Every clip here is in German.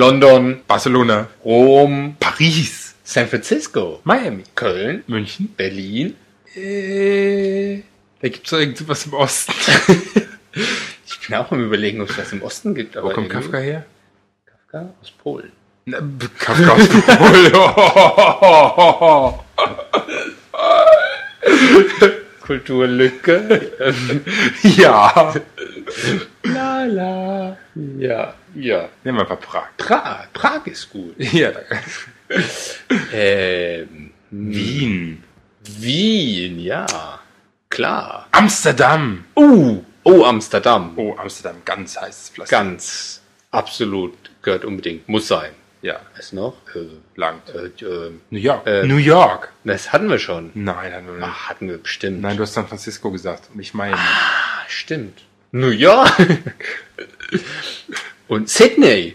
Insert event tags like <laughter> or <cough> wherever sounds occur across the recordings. London, Barcelona, Rom, Paris, San Francisco, Miami, Köln, München. Berlin. Äh, Da gibt's doch irgendwas <laughs> im Osten. ich bin auch am überlegen, ob es was im Osten gibt. wo kommt irgendwie- Kafka her? Kafka aus Polen. Na, b- Kafka aus <laughs> <laughs> Polen. Kulturlücke. <laughs> ja. la la. Ja, ja. Nehmen wir mal Prag. Prag. Prag ist gut. <laughs> Ja. Ähm, Wien. Wien, ja. Klar. Amsterdam. Uh. Oh, Amsterdam. Oh, Amsterdam, ganz heißes Pflaster. Ganz. Absolut. Gehört unbedingt. Muss sein. Ja, Was noch? Äh, lang. äh, äh, New York. Äh, New York. das hatten wir schon. Nein, hatten wir nicht. Ach, hatten wir bestimmt. Hm. Nein, du hast San Francisco gesagt. Und ich meine. Ah, stimmt. New York. <laughs> Und Sydney.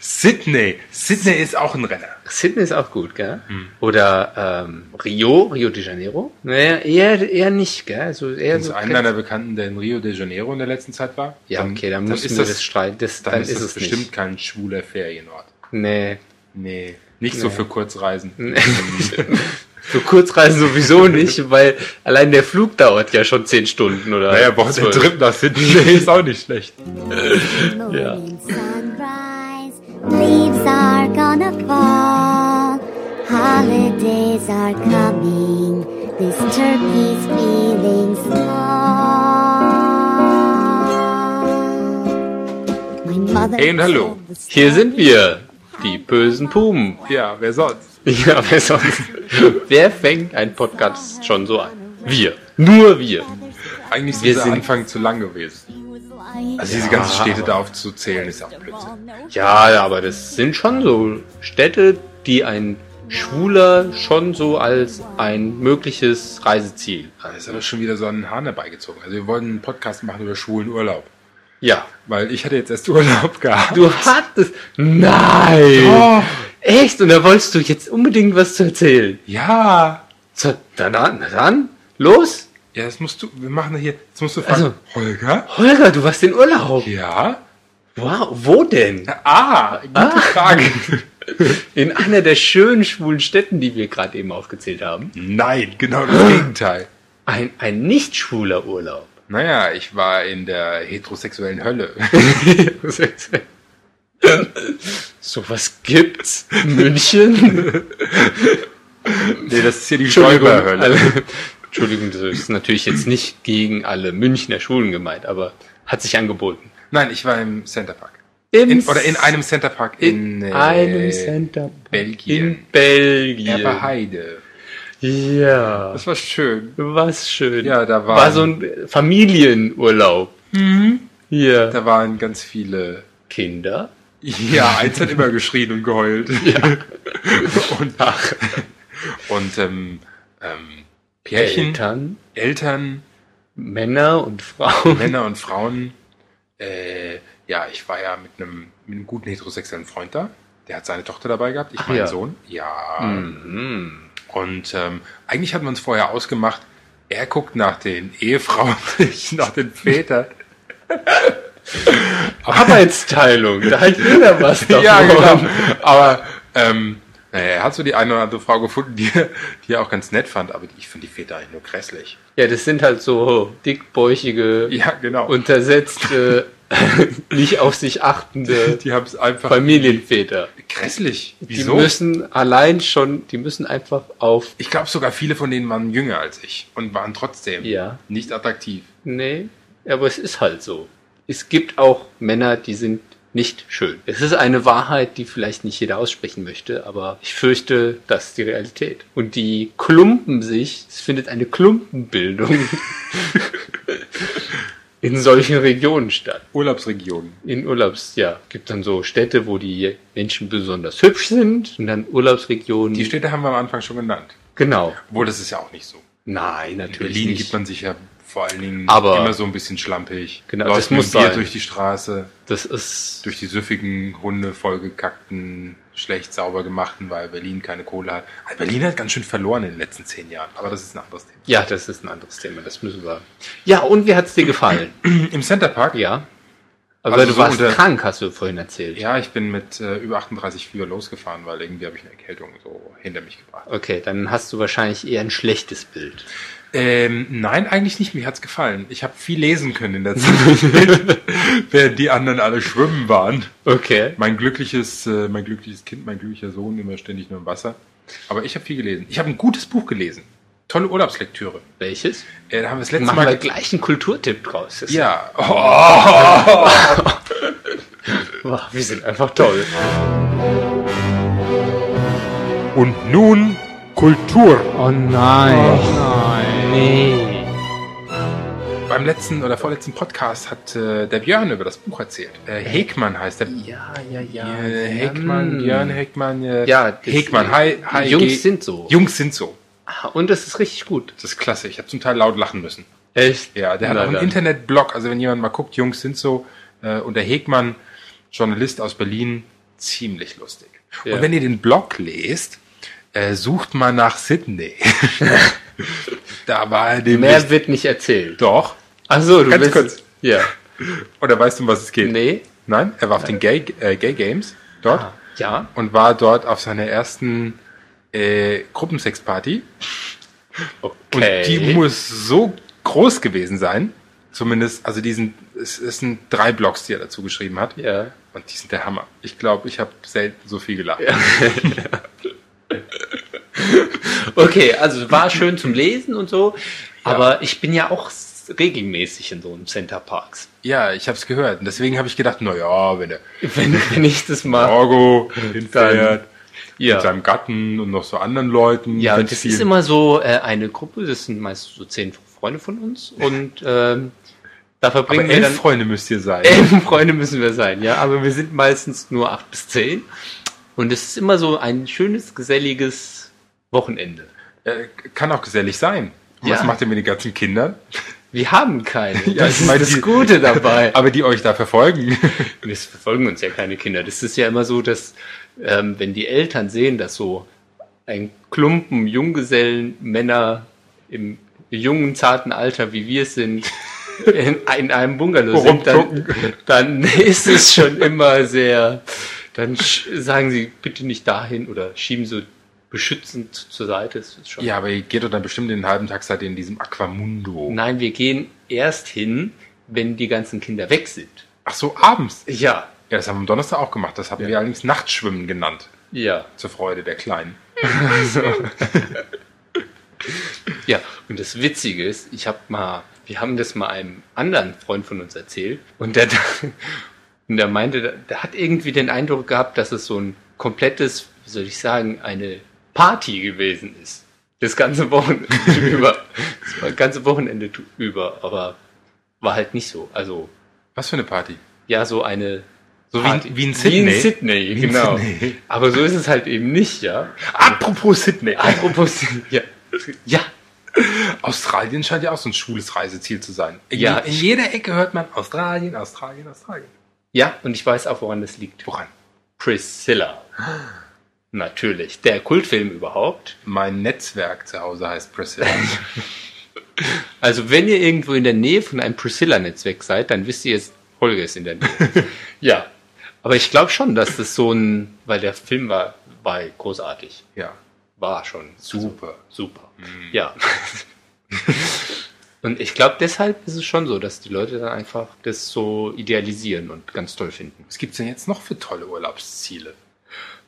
Sydney. Sydney ist auch ein Renner. Sydney ist auch gut, gell? Hm. Oder ähm, Rio, Rio de Janeiro? Naja, eher, eher nicht, gell? Also eher Kennst so du einen deiner Bekannten, der in Rio de Janeiro in der letzten Zeit war? Ja, okay, dann, müssen ist wir das- das streiten. Das, Dann, ist, es bestimmt kein schwuler Ferienort. nicht. Nee. Nee, nicht so Nee. für Kurzreisen. Für <laughs> Kurzreisen sowieso nicht, weil allein der Flug dauert ja schon zehn Stunden oder. zwölf. nach <laughs> Sydney ist auch nicht schlecht. Morning sunrise, leaves are gonna fall. Holidays are coming, this turkey's feeling small. My mother Hey und hallo. said the Hier sind story wir, die bösen Puben. <laughs> Ja, wer sonst? Ja, wer sonst? Wer fängt einen Podcast schon so an? Wir. Nur wir. Eigentlich ist Wir dieser sind- Anfang zu lang gewesen. was like, Also diese ganzen Städte da aufzuzählen, ist auch Blödsinn. Also Ja, aber das sind schon so Städte, die ein Schwuler schon so als ein mögliches Reiseziel. Also, Das ist aber schon wieder so ein Hahn herbeigezogen. Also wir wollten einen Podcast machen über schwulen Urlaub. Ja. Weil ich hatte jetzt erst Urlaub <laughs> gehabt. Du hattest. Nein! Oh. Echt? Und da wolltest du jetzt unbedingt was zu erzählen. Ja. So, dann, na dann, los! Ja, das musst du, wir machen hier, jetzt musst du fragen, Also- Holger? Holger, du warst in Urlaub. Ja? Wow, wo denn? Ah, gute Frage. <laughs> In einer der schönen schwulen Städten, die wir gerade eben aufgezählt haben. Nein, genau <laughs> das Gegenteil. Ein, ein nicht schwuler Urlaub. <laughs> Naja, ich war in der heterosexuellen Hölle. Sowas gibt's. München. <laughs> nee, das ist hier die Also, alle, <laughs> Entschuldigung, das ist natürlich jetzt nicht gegen alle Münchner Schulen gemeint, aber hat sich angeboten. Nein, ich war im Centerpark. In, oder in einem Centerpark in, äh, einem Center Belgien. in Belgien. Erbeheide. Ja, Das war schön. was schön. Ja, da waren- Mhm. war so ein Familienurlaub. Ja. Da waren ganz viele. Kinder. Ja, eins hat immer geschrien und <laughs> geheult. Ja. <laughs> und und ähm, ähm, Pärchen, Eltern, Eltern, Männer und <laughs> Frauen. Männer und Frauen. Äh, ja, ich war ja mit einem, mit einem guten heterosexuellen Freund da. Der hat seine Tochter dabei gehabt, ich meinen ja. Sohn. Ja. Hm. Mhm. Und ähm, eigentlich hatten wir uns vorher ausgemacht, er guckt nach den Ehefrauen, <laughs> ich nach den Vätern. <laughs> Arbeitsteilung, da hat jeder was <laughs> davon. ja, genau. Aber ähm, naja, er hat so die eine oder andere Frau gefunden, die, die er auch ganz nett fand, aber die, ich finde die Väter eigentlich nur grässlich. Ja, das sind halt so dickbäuchige, Ja, genau. Und untersetzte, äh, <laughs> nicht auf sich achtende äh, die haben es einfach Familienväter. grässlich. Die Wieso? müssen allein schon, die müssen einfach auf, ich glaube sogar viele von denen waren jünger als ich und waren trotzdem Ja. nicht attraktiv. nee, aber es ist halt so. Es gibt auch Männer, die sind nicht schön. Es ist eine Wahrheit, die vielleicht nicht jeder aussprechen möchte, aber ich fürchte, das ist die Realität. Und die klumpen sich, es findet eine Klumpenbildung <laughs> <laughs> in solchen Regionen statt. Urlaubsregionen. In Urlaubs, ja, gibt dann so Städte, wo die Menschen besonders hübsch sind und dann Urlaubsregionen. Die Städte haben wir am Anfang schon genannt. genau. Obwohl, das ist ja auch nicht so. Nein, natürlich Berlin nicht. gibt man sich ja vor allen Dingen Aber- immer so ein bisschen schlampig. Genau, Läuft das mit muss dem Bier sein. durch die Straße, das ist durch die süffigen, Hunde vollgekackten, schlecht sauber gemachten, weil Berlin keine Kohle hat. Also Berlin hat ganz schön verloren in den letzten zehn Jahren, aber das ist ein anderes Thema. ja, <clears throat> das ist ein anderes Thema, das müssen wir. Ja, und wie hat's dir gefallen? Im Centerpark ja, Aber Also du so warst unter- krank, hast du vorhin erzählt. Ja, ich bin mit äh, über 38 früher losgefahren, weil irgendwie habe ich eine Erkältung so hinter mich gebracht. Okay, dann hast du wahrscheinlich eher ein schlechtes Bild. Ähm, nein, eigentlich nicht. Mir hat's gefallen. Ich habe viel lesen können in der Zeit, <laughs> während die anderen alle schwimmen waren. Okay. Mein glückliches, äh, mein glückliches Kind, mein glücklicher Sohn immer ständig nur im Wasser. Aber ich habe viel gelesen. Ich habe ein gutes Buch gelesen. Tolle Urlaubslektüre. Welches? Äh, da haben wir das letzte Machen Mal wir ge- gleich einen Kulturtipp draus. Das Ja. Oh. Wow, wir sind einfach toll. Und nun Kultur. Oh nein. Oh nein. Nee. Beim letzten oder vorletzten Podcast hat äh, der Björn über das Buch erzählt. Äh, Hegmann heißt der. Ja, ja, ja. Äh, Hegmann, Mm. Björn Hegmann. Äh, Ja, das- Hegmann. Hi, hi, Jungs G- sind so. Jungs sind so. Ah, Und das ist richtig gut. Das ist klasse. Ich habe zum Teil laut lachen müssen. Echt? Ja, der hat Na auch einen dann. Internetblog. Also wenn jemand mal guckt, Jungs sind so. Äh, und der Hegmann, Journalist aus Berlin, ziemlich lustig. Ja. Und wenn ihr den Blog lest, äh, sucht mal nach <laughs> Sydney. da war er nämlich... Mehr wird nicht erzählt. Doch. Achso, du Ganz bist. kurz. Ja. Oder weißt du, um was es geht? Nee. Nein, er war auf den Gay, äh, Gay Games dort Ah, Ja. und war dort auf seiner ersten äh, Gruppensexparty. Und die muss so groß gewesen sein. Zumindest, also diesen, es, es sind drei Blogs, die er dazu geschrieben hat. Ja. Und die sind der Hammer. Ich glaube, ich habe selten so viel gelacht. Okay, also war schön zum Lesen und so, aber ich bin ja auch s- regelmäßig in so einem Center Parks. Ja, ich habe es gehört. Und deswegen habe ich gedacht, na ja, wenn der Wenn, wenn ich das mal. <laughs> Orgo hinfährt mit Ja, seinem Gatten und noch so anderen Leuten. ja ganz das viel- ist immer so äh, eine Gruppe, das sind meist so zehn Freunde von uns und ähm, da Aber verbringen wir dann. elf Freunde müsst ihr sein. Elf Freunde müssen wir sein, ja, aber wir sind meistens nur acht bis zehn und es ist immer so ein schönes, geselliges Wochenende. Äh, kann auch gesellig sein. Und Ja. was macht ihr mit den ganzen Kindern? Wir haben keine. Ja, das ich meine, ist das die- Gute dabei. <laughs> Aber die euch da verfolgen. <laughs> Es verfolgen uns ja keine Kinder. Das ist ja immer so, dass ähm, wenn die Eltern sehen, dass so ein Klumpen Junggesellen, Männer im jungen, zarten Alter, wie wir es sind, in, in einem Bungalow sind, dann, dann ist es schon immer sehr, dann sch- sagen sie bitte nicht dahin oder schieben so beschützend zur Seite. Das ist schon ja, aber ihr geht doch dann bestimmt den halben Tag seid ihr in diesem Aquamundo. Nein, wir gehen erst hin, wenn die ganzen Kinder weg sind. Ach so, abends. Ja, Ja, das haben wir am Donnerstag auch gemacht. Das haben wir allerdings Nachtschwimmen genannt. ja. Zur Freude der Kleinen. Ja, und das Witzige ist, ich habe mal, wir haben das mal einem anderen Freund von uns erzählt und der, <laughs> und der meinte, der, der hat irgendwie den Eindruck gehabt, dass es so ein komplettes, wie soll ich sagen, eine Party gewesen ist. Das ganze Wochenende <laughs> über. Das war- ganze Wochenende tu- über, aber war halt nicht so. Also, Was für eine Party? ja, so eine. So wie- Party. wie in Sydney. Wie in Sydney, in genau. Sydney. Aber so ist es halt eben nicht, ja. Apropos Sydney. Apropos, ja. Ja, Australien scheint ja auch so ein schwules Reiseziel zu sein. In, Ja, in ich- jeder Ecke hört man Australien, Australien, Australien. ja, und ich weiß auch, woran das liegt. Woran? Priscilla. Natürlich. Der Kultfilm überhaupt. Mein Netzwerk zu Hause heißt <laughs> Priscilla. Also, wenn ihr irgendwo in der Nähe von einem Priscilla-Netzwerk seid, dann wisst ihr jetzt, Holger ist in der Nähe. ja. Aber ich glaube schon, dass das so ein, weil der Film war, war großartig. ja, War schon. super. Super. Ja. <laughs> und ich glaube, deshalb ist es schon so, dass die Leute dann einfach das so idealisieren und ganz toll finden. Was gibt's denn jetzt noch für tolle Urlaubsziele?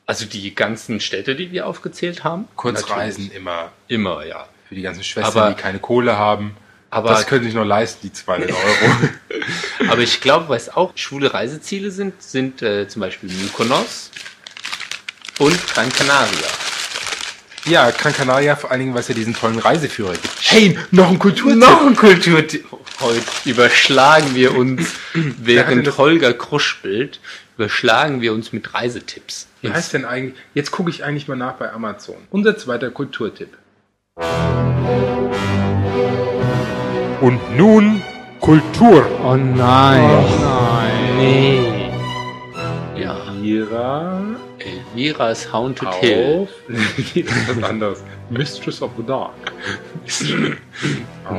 Also die ganzen Städte, die wir aufgezählt haben. Kurzreisen Natürlich. immer Immer, ja. für die ganzen Schwestern, Aber- die keine Kohle haben. aber- das können sich noch leisten, die <laughs> 200 Euro. Aber ich glaube, was auch schwule Reiseziele sind, sind äh, zum Beispiel Mykonos und Gran Canaria. ja, Gran Canaria vor allen Dingen, weil es ja diesen tollen Reiseführer gibt. Hey, noch ein Kulturtipp. Noch ein Kulturtipp. Heute überschlagen wir <clears throat> uns, während Holger Krusch spielt, überschlagen wir uns mit Reisetipps. Wie heißt denn eigentlich? Jetzt gucke ich eigentlich mal nach bei Amazon. Unser zweiter Kulturtipp. Und nun Kultur. Oh nein. Oh nein. Nee. Ja. Elvira Elvira's Haunted Hill. <clears throat> auf. <laughs> Was anderes. Mistress of the Dark.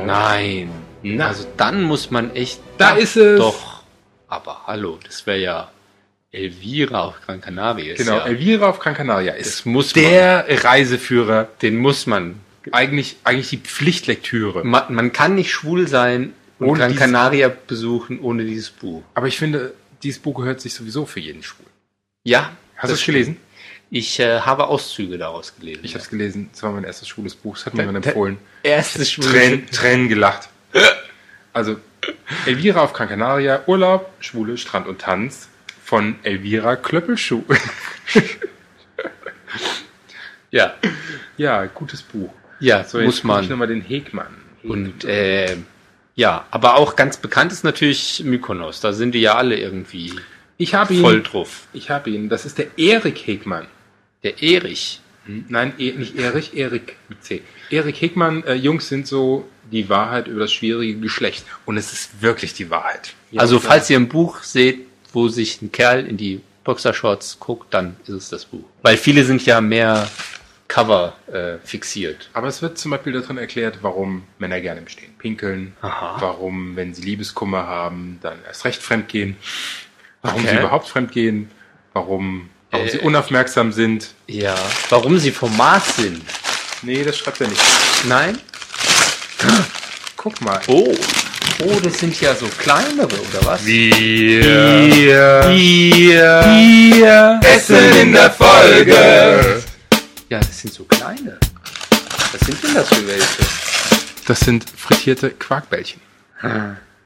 Nein. Na. Also dann muss man echt. Da ist es. Doch. Aber hallo, das wäre ja Elvira auf Gran Canaria. ist Genau, ja, Elvira auf Gran Canaria Das ist muss der Reiseführer, den muss man. eigentlich, eigentlich die Pflichtlektüre. Man, man kann nicht schwul sein und Ohne Gran dieses- Canaria besuchen ohne dieses Buch. Aber ich finde, dieses Buch gehört sich sowieso für jeden Schwul. Ja. Hast du das es stimmt. gelesen? Ich äh, habe Auszüge daraus gelesen. Ich habe ja. es gelesen, es war mein erstes schwules Buch, das hat mir Da- jemand da- empfohlen. erstes schwules Tränen, Tränen gelacht. Also, Elvira auf Gran Canaria, Urlaub, Schwule, Strand und Tanz von Elvira Klöppelschuh. <laughs> Ja, ja, gutes Buch. ja, So, jetzt muss guck Ich man. nochmal den Hegmann. Und äh, ja, aber auch ganz bekannt ist natürlich Mykonos. Da sind die ja alle irgendwie ich habe ihn. voll drauf. Ich habe ihn. Das ist der Erik Hegmann. Der Erich. Nein, e nicht Erich, Erik mit C. Erik Hegmann, äh, Jungs sind so die Wahrheit über das schwierige Geschlecht. Und es ist wirklich die Wahrheit. also falls ihr ein Buch seht, wo sich ein Kerl in die Boxershorts guckt, dann ist es das Buch. Weil viele sind ja mehr Cover äh, fixiert. Aber es wird zum Beispiel darin erklärt, warum Männer gerne im Stehen pinkeln, Aha. warum, wenn sie Liebeskummer haben, dann erst recht fremdgehen, warum Okay. sie überhaupt fremdgehen, warum, warum Äh. sie unaufmerksam sind. Ja. Warum sie vom Mars sind. Nee, das schreibt er nicht. Nein? Guck mal. Oh. Oh, das sind ja so kleinere, oder was? Wir, essen in der Folge. Ja, das sind so kleine. Was sind denn das für welche? Das sind frittierte Quarkbällchen.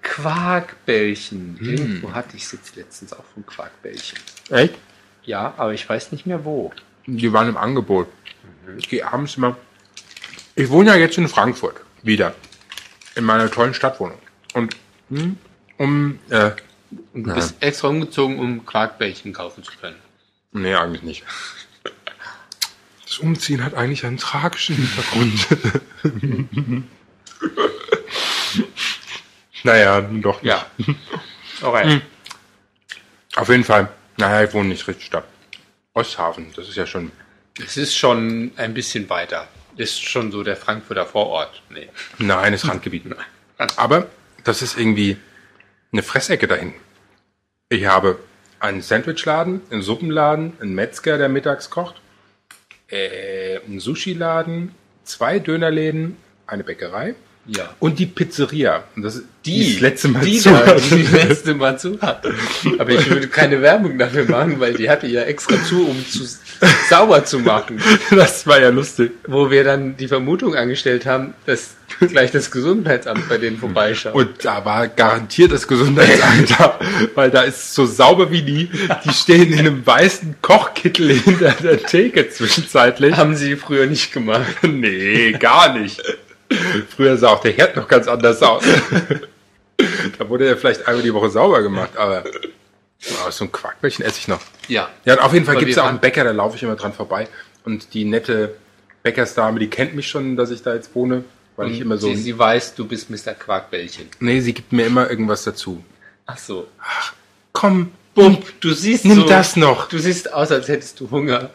Quarkbällchen. Irgendwo hatte ich es jetzt letztens auch von Quarkbällchen. Echt? Ja, aber ich weiß nicht mehr wo. Die waren im Angebot. Ich gehe abends immer. Ich wohne ja jetzt in Frankfurt wieder. In meiner tollen Stadtwohnung. Und hm, um. Äh, Und du bist extra umgezogen, um Quarkbällchen kaufen zu können. nee, eigentlich nicht. Das Umziehen hat eigentlich einen tragischen Hintergrund. <laughs> naja, doch nicht. Ja. Okay. Auf jeden Fall. Naja, ich wohne nicht richtig da. Osthafen, das ist ja schon. Es ist schon ein bisschen weiter. Ist schon so der Frankfurter Vorort. Nee. Nein, ist Randgebiet. Aber das ist irgendwie eine Fressecke da hinten. Ich habe einen Sandwichladen, einen Suppenladen, einen Metzger, der mittags kocht, äh, einen Sushi-Laden, zwei Dönerläden, eine Bäckerei Ja. und die Pizzeria. Und das ist die, das letzte Mal die, zu da, hatten. die das letzte Mal zu hat. Aber ich würde keine Werbung dafür machen, weil die hatte ja extra zu, um zu sauber zu machen. <laughs> Das war ja lustig. Wo wir dann die Vermutung angestellt haben, dass gleich das Gesundheitsamt bei denen vorbeischaut. Und da war garantiert das Gesundheitsamt <laughs> da, weil da ist so sauber wie nie. Die stehen in einem weißen Kochkittel hinter der Theke zwischenzeitlich. haben sie früher nicht gemacht. <laughs> Nee, gar nicht. Früher sah auch der Herd noch ganz anders aus. da wurde er vielleicht einmal die Woche sauber gemacht, aber oh, so ein Quack, welchen esse ich noch? Ja. Ja, und auf jeden Fall Aber gibt es wir auch waren- einen Bäcker, da laufe ich immer dran vorbei. Und die nette Bäckersdame, die kennt mich schon, dass ich da jetzt wohne, weil ich immer so. Mhm. sie, sie weiß, du bist Mr. Quarkbällchen. nee, sie gibt mir immer irgendwas dazu. Ach so. Komm, Bump, du siehst nimm so, das noch. Hm. Du siehst aus, als hättest du Hunger.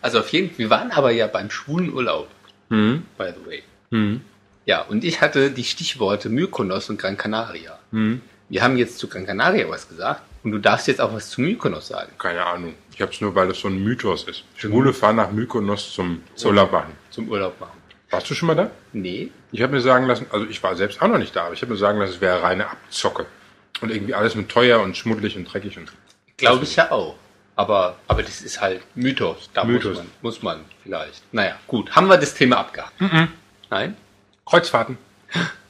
Also auf jeden Fall. Wir waren aber ja beim schwulen Urlaub. Hm. By the way. Ja, und ich hatte die Stichworte Mykonos und Gran Canaria. Hm. Wir haben jetzt zu Gran Canaria was gesagt und du darfst jetzt auch was zu Mykonos sagen. Keine Ahnung. Ich hab's nur, weil das so ein Mythos ist. Schwule fahren nach Mykonos zum Solarbahn. Zum Urlaub machen. Warst du schon mal da? Nee. Ich habe mir sagen lassen, also ich war selbst auch noch nicht da, aber ich habe mir sagen lassen, es wäre reine Abzocke. Und irgendwie alles mit teuer und schmuddelig und dreckig und. Glaube ich ja auch. Aber, aber das ist halt Mythos. Da Mythos. Muss, man, muss man vielleicht. Naja, gut. Haben wir das Thema abgehakt? Nein? Kreuzfahrten.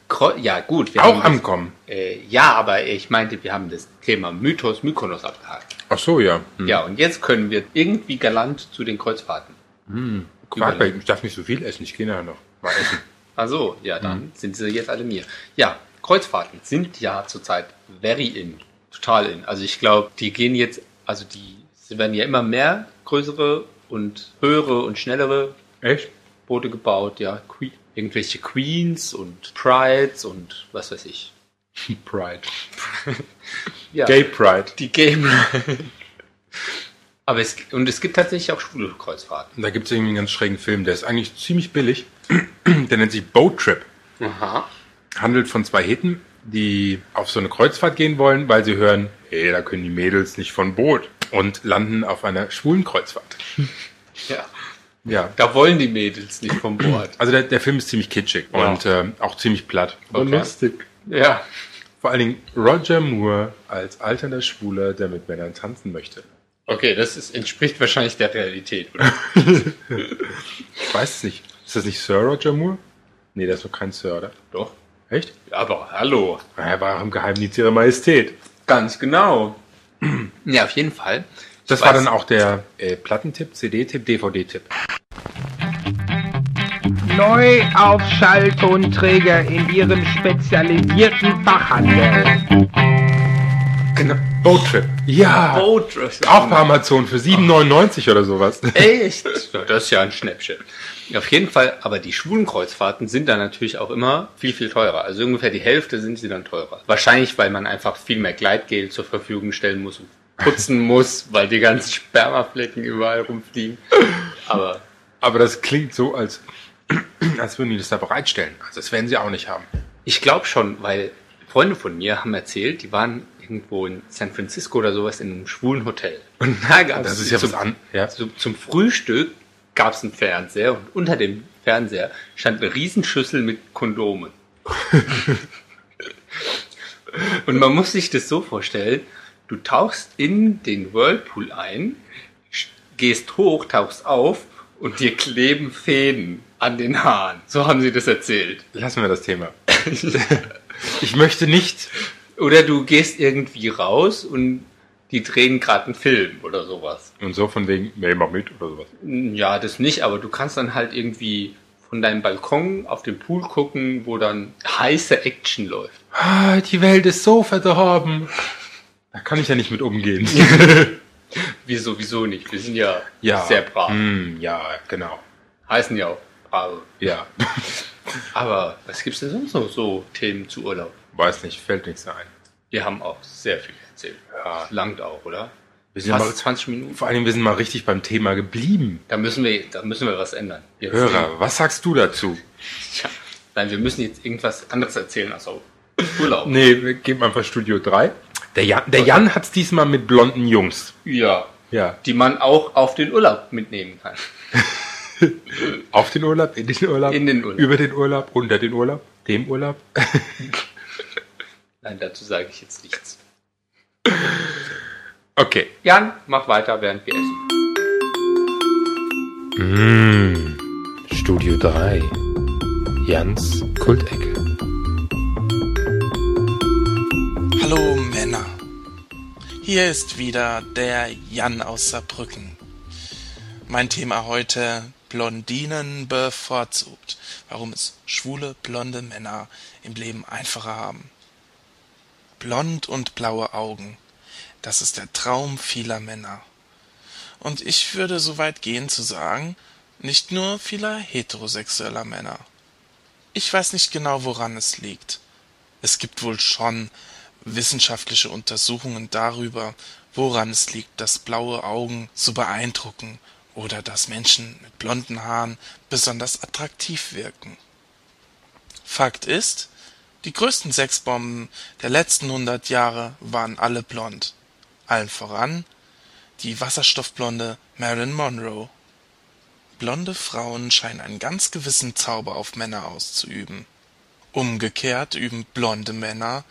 Kreu ja, gut. Wir auch haben ankommen. das, äh, Ja, aber ich meinte, wir haben das Thema Mythos Mykonos abgehakt. Ach so, ja. Hm. Ja, und jetzt können wir irgendwie galant zu den Kreuzfahrten. Hm, Quark, weil ich darf nicht so viel essen, ich gehe nachher noch mal essen. Also, ja, dann Hm. sind sie jetzt alle mir. Ja, Kreuzfahrten sind ja zurzeit very in. Total in. Also ich glaube, die gehen jetzt, also die es werden ja immer mehr größere und höhere und schnellere <laughs> Echt? Boote gebaut, ja, Que irgendwelche Queens und Prides und was weiß ich. Pride. Ja, Gay Pride. die Gay Pride. Aber es, und es gibt tatsächlich auch schwule Kreuzfahrten. Und da gibt es irgendwie einen ganz schrägen Film, der ist eigentlich <clears throat> ziemlich billig. der nennt sich Boat Trip. Aha. Handelt von zwei Heten, die auf so eine Kreuzfahrt gehen wollen, weil sie hören, hey, da können die Mädels nicht von Boot und landen auf einer schwulen Kreuzfahrt. Ja. Ja. Da wollen die Mädels nicht <clears throat> vom Bord. Also der, der Film ist ziemlich kitschig Ja. und ähm, auch ziemlich platt. lustig. Ja. Vor allen Dingen Roger Moore als alternder Schwuler, der mit Männern tanzen möchte. Okay, das ist, entspricht wahrscheinlich der Realität, oder? Ich weiß es nicht. Ist das nicht Sir Roger Moore? Nee, das ist doch kein Sir, oder? Doch. Echt? Aber hallo. Na, Er war auch im Geheimdienst ihrer Majestät. Ganz genau. Ja, auf jeden Fall. Das Ich war weiß- dann auch der äh, Plattentipp, CD-Tipp, DVD-Tipp. Neu auf Schalltonträger in ihrem spezialisierten Fachhandel. Genau. Boattrip. Ja. Boat Auch bei Amazon für 7,99 oder sowas. Echt? <laughs> Ja, Das ist ja ein Schnäppchen. Auf jeden Fall, aber die Schwulenkreuzfahrten sind dann natürlich auch immer viel, viel teurer. Also ungefähr die Hälfte sind sie dann teurer. Wahrscheinlich, weil man einfach viel mehr Gleitgel zur Verfügung stellen muss und putzen muss, weil die ganzen Spermaflecken überall rumfliegen. Aber Aber das klingt so, als, <clears throat> als würden die das da bereitstellen. Also das werden sie auch nicht haben. ich glaube schon, weil Freunde von mir haben erzählt, die waren irgendwo in San Francisco oder sowas in einem schwulen Hotel. <laughs> Und da gab Das es ist ja zum- was an. Ja. So, zum Frühstück gab es einen Fernseher und unter dem Fernseher stand eine Riesenschüssel mit Kondomen. <laughs> und man muss sich das so vorstellen, du tauchst in den Whirlpool ein, sch- gehst hoch, tauchst auf und dir kleben Fäden an den Haaren. So haben sie <laughs> das erzählt. Lassen wir das Thema. Ich möchte nicht. oder du gehst irgendwie raus und die drehen gerade einen Film oder sowas. Und so von wegen, nee, mach mit oder sowas. Ja, das nicht, aber du kannst dann halt irgendwie von deinem Balkon auf den Pool gucken, wo dann heiße Action läuft. Ah, die Welt ist so verdorben. Da kann ich <laughs> ja nicht mit umgehen. Wir sowieso nicht. Wir sind ja, Ja. sehr brav. Hm, ja, genau. Heißen ja auch brave. Ja. <laughs> Aber was gibt's denn sonst noch so Themen zu Urlaub? Weiß nicht, fällt nichts ein. Wir haben auch sehr viel erzählt. Ja. Das langt auch, oder? Wir sind Fast mal- 20 Minuten. Vor allem, wir sind mal richtig beim Thema geblieben. Da müssen wir, da müssen wir was ändern. Jetzt Hörer, was sagst du dazu? Tja, nein, wir müssen jetzt irgendwas anderes erzählen als auf Urlaub. Nee, wir geben einfach Studio 3. Der Jan, der Jan hat's diesmal mit blonden Jungs. Ja, Ja. die man auch auf den Urlaub mitnehmen kann. <laughs> Auf den Urlaub, in den Urlaub, In den Urlaub. über den Urlaub, unter den Urlaub, dem Urlaub. Nein, dazu sage ich jetzt nichts. Okay. Jan, mach weiter, während wir essen. Mmh. Studio 3. Jans Kultecke. Hallo Männer. Hier ist wieder der Jan aus Saarbrücken. Mein Thema heute Blondinen bevorzugt. Warum es schwule, blonde Männer im Leben einfacher haben. Blond und blaue Augen. Das ist der Traum vieler Männer. Und ich würde so weit gehen zu sagen, nicht nur vieler heterosexueller Männer. Ich weiß nicht genau, woran es liegt. Es gibt wohl schon wissenschaftliche Untersuchungen darüber, woran es liegt, dass blaue Augen so beeindrucken oder dass Menschen mit blonden Haaren besonders attraktiv wirken. Fakt ist, die größten Sexbomben der letzten 100 Jahre waren alle blond. Allen voran die wasserstoffblonde Marilyn Monroe. Blonde Frauen scheinen einen ganz gewissen Zauber auf Männer auszuüben. Umgekehrt üben blonde Männer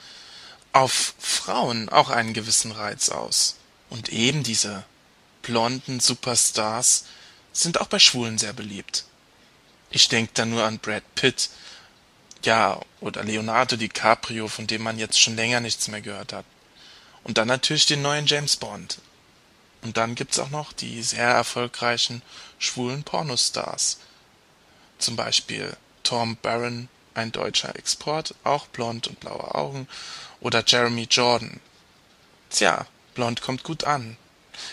auf Frauen auch einen gewissen Reiz aus. Und eben diese blonden Superstars sind auch bei Schwulen sehr beliebt. Ich denke da nur an Brad Pitt, ja, oder Leonardo DiCaprio, von dem man jetzt schon länger nichts mehr gehört hat. Und dann natürlich den neuen James Bond. Und dann gibt's auch noch die sehr erfolgreichen schwulen Pornostars. Zum Beispiel Tom Barron, ein deutscher Export, auch blond und blaue Augen, oder Jeremy Jordan. Tja, blond kommt gut an.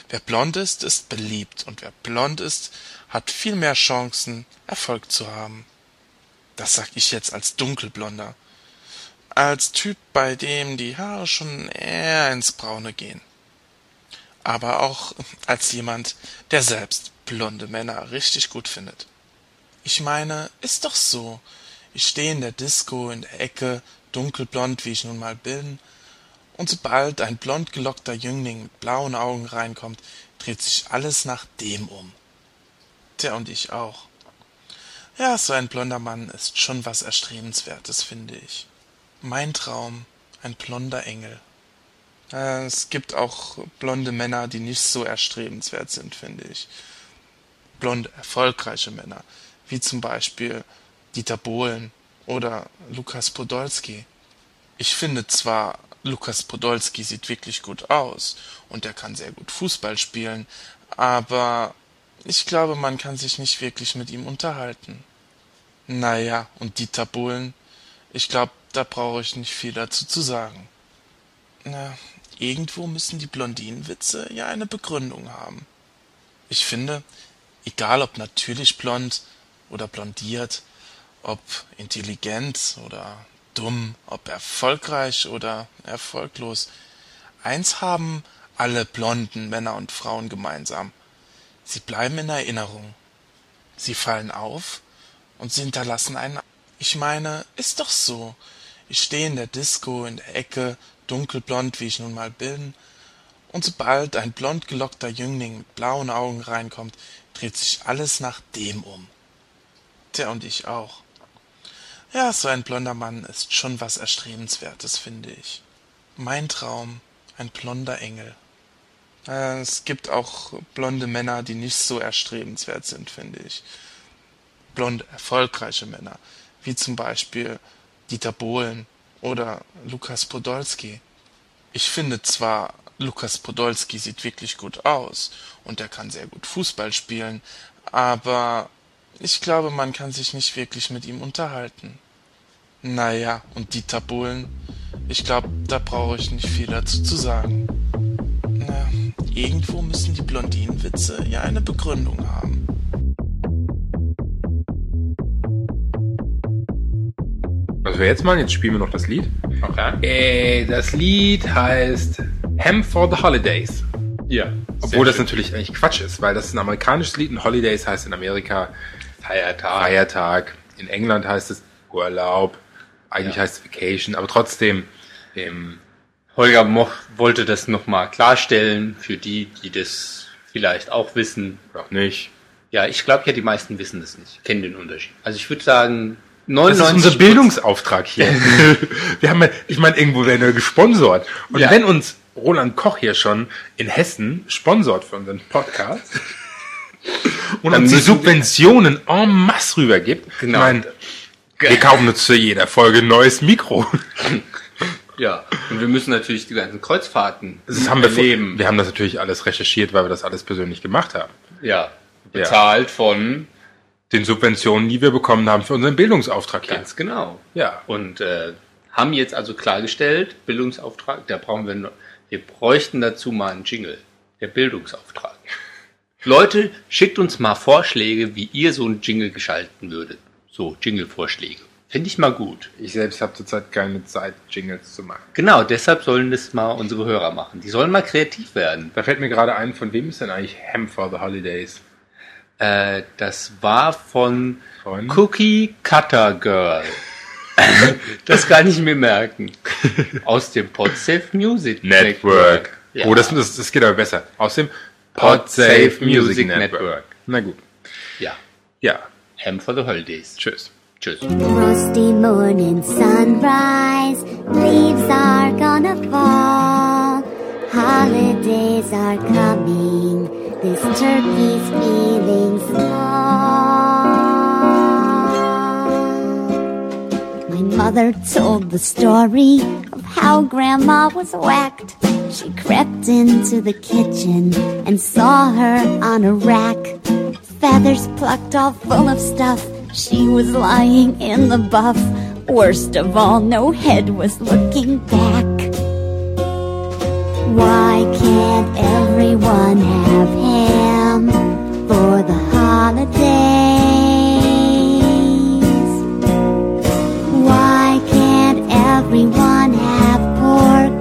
Wer blond ist, ist beliebt, und wer blond ist, hat viel mehr Chancen, Erfolg zu haben. Das sag ich jetzt als dunkelblonder. Als Typ, bei dem die Haare schon eher ins Braune gehen. Aber auch als jemand, der selbst blonde Männer richtig gut findet. Ich meine, ist doch so. Ich stehe in der Disco in der Ecke, dunkelblond, wie ich nun mal bin, und sobald ein blond gelockter Jüngling mit blauen Augen reinkommt, dreht sich alles nach dem um. Tja, und ich auch. Ja, so ein blonder Mann ist schon was Erstrebenswertes, finde ich. Mein Traum, ein blonder Engel. Äh, Es gibt auch blonde Männer, die nicht so erstrebenswert sind, finde ich. Blond erfolgreiche Männer, wie zum Beispiel Dieter Bohlen oder Lukas Podolski. Ich finde zwar, Lukas Podolski sieht wirklich gut aus und er kann sehr gut Fußball spielen, aber ich glaube, man kann sich nicht wirklich mit ihm unterhalten. Naja, und Dieter Bohlen, ich glaube, da brauche ich nicht viel dazu zu sagen. Na, irgendwo müssen die Blondinenwitze ja eine Begründung haben. Ich finde, egal ob natürlich blond oder blondiert, ob intelligent oder dumm, ob erfolgreich oder erfolglos, eins haben alle blonden Männer und Frauen gemeinsam. Sie bleiben in Erinnerung. Sie fallen auf und sie hinterlassen einen. Ich meine, ist doch so. Ich stehe in der Disco in der Ecke, dunkelblond, wie ich nun mal bin, und sobald ein blond gelockter Jüngling mit blauen Augen reinkommt, dreht sich alles nach dem um. Tja, und ich auch. Ja, so ein blonder Mann ist schon was Erstrebenswertes, finde ich. Mein Traum, ein blonder Engel. Äh, Es gibt auch blonde Männer, die nicht so erstrebenswert sind, finde ich. Blond erfolgreiche Männer, wie zum Beispiel Dieter Bohlen oder Lukas Podolski. Ich finde zwar, Lukas Podolski sieht wirklich gut aus und er kann sehr gut Fußball spielen, aber ich glaube, man kann sich nicht wirklich mit ihm unterhalten. Naja, und Dieter Bohlen, ich glaube, da brauche ich nicht viel dazu zu sagen. Na, irgendwo müssen die Blondinenwitze ja eine Begründung haben. Was wir Also jetzt machen, jetzt spielen wir noch das Lied. Okay. Äh, das Lied heißt Ham for the Holidays. Ja. Obwohl das natürlich eigentlich Quatsch ist, weil das ist ein amerikanisches Lied und Holidays heißt in Amerika Feiertag. Feiertag. In England heißt es Urlaub. Eigentlich Ja. heißt es Vacation, aber trotzdem im Holger Moch wollte das nochmal klarstellen für die, die das vielleicht auch wissen. noch nicht. Ja, ich glaube ja, die meisten wissen das nicht, kennen den Unterschied. Also ich würde sagen, Das 99 ist unser <laughs> Bildungsauftrag hier. wir haben, ja- ich meine, irgendwo werden wir gesponsort. Und Ja. wenn uns Roland Koch hier schon in Hessen sponsort für unseren Podcast und Dann uns die müssen wir- Subventionen en masse rübergibt, Genau. ich meine, wir kaufen uns zu jeder Folge ein neues Mikro. Ja, und wir müssen natürlich die ganzen Kreuzfahrten Das <laughs> haben wir, vor- erleben. wir haben das natürlich alles recherchiert, weil wir das alles persönlich gemacht haben. Ja, bezahlt von Den Subventionen, die wir bekommen haben für unseren Bildungsauftrag hier. ganz genau. Ja. Und äh, haben jetzt also klargestellt, Bildungsauftrag, da brauchen wir noch, wir bräuchten dazu mal einen Jingle, der Bildungsauftrag. Leute, schickt uns mal Vorschläge, wie ihr so einen Jingle gestalten würdet. So, Jingle-Vorschläge. Finde ich mal gut. Ich selbst habe zurzeit keine Zeit, Jingles zu machen. Genau, deshalb sollen das mal unsere Hörer machen. Die sollen mal kreativ werden. Da fällt mir gerade ein, von wem ist denn eigentlich Ham for the Holidays? Äh, das war von, Von? Cookie Cutter Girl. <laughs> das kann ich mir merken. Aus dem Podsafe Music Network. Ja. Oh, das, das, das geht aber besser. Aus dem Podsafe Podsafe Music Music Network. Network. Na gut. Ja. Ja. Ham for the Holidays. Tschüss. Tschüss. Frosty morning sunrise, leaves are gonna fall. Holidays are coming, this turkey's feeling small. My mother told the story of how Grandma was whacked. She crept into the kitchen and saw her on a rack. Feathers plucked off full of stuff. She was lying in the buff. Worst of all, no head was looking back. Why can't everyone have ham for the holidays? Why can't everyone have pork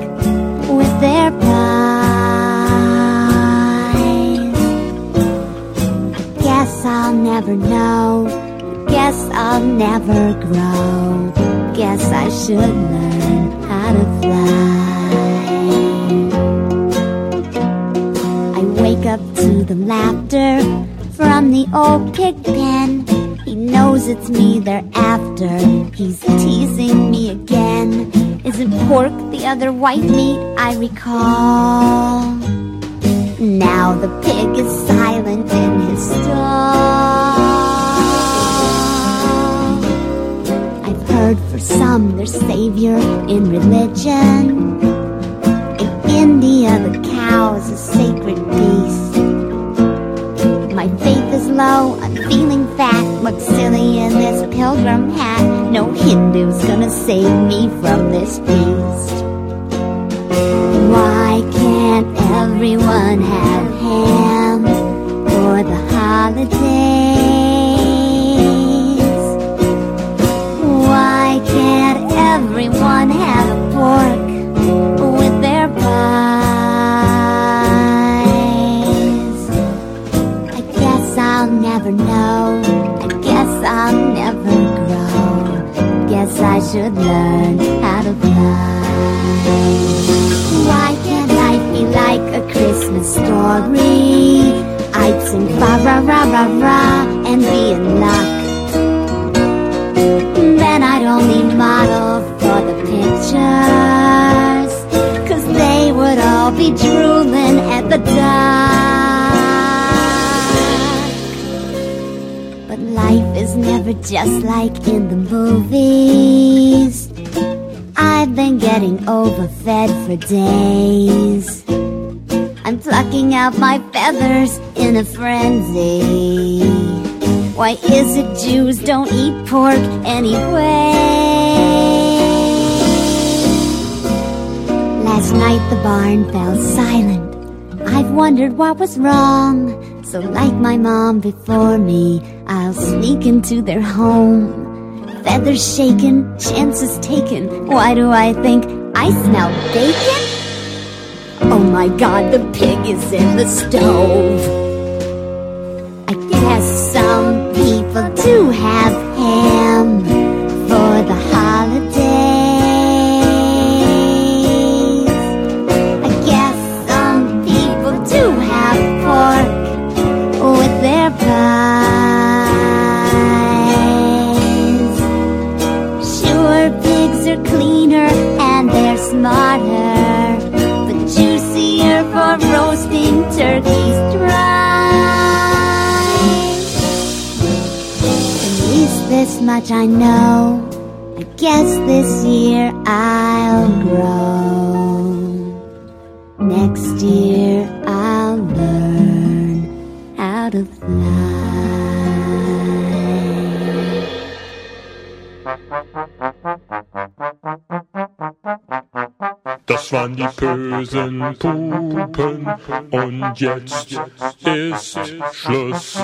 with their pies? Guess I'll never know. Guess Guess I'll never grow. Guess I should learn how to fly. I wake up to the laughter from the old pig pen. He knows it's me they're after. He's teasing me again. Isn't pork the other white meat I recall? Now the pig is silent in his stall. I've heard for some their savior in religion. In India, the cow is a sacred beast. My faith is low, I'm feeling fat. Look silly in this pilgrim hat. No Hindu's gonna save me from this beast. Why can't everyone have ham for the holidays? Why can't everyone have pork with their pies? I guess I'll never know. I guess I'll never grow. Guess I should learn how to fly. Why can't life be like a Christmas story? I'd sing fa ra ra ra ra and be in luck. Then I'd only model for the pictures, cause they would all be drooling at the dark. But life is never just like in the movies. I've been getting overfed for days. I'm plucking out my feathers in a frenzy. Why is it Jews don't eat pork anyway? Last night the barn fell silent. I've wondered what was wrong. So, like my mom before me, I'll sneak into their home feathers shaken, chances taken. Why do I think I smell bacon? Oh my god, the pig is in the stove. I guess some people do have ham for the holidays. I guess some people do have pork with their pies. Sure, pigs are cleaner and they're smarter, but juicier for roasting turkeys dry. At least this much I know. I guess this year I'll grow. Next year I'll learn how to fly. Das waren die bösen Pupen und jetzt ist Schluss.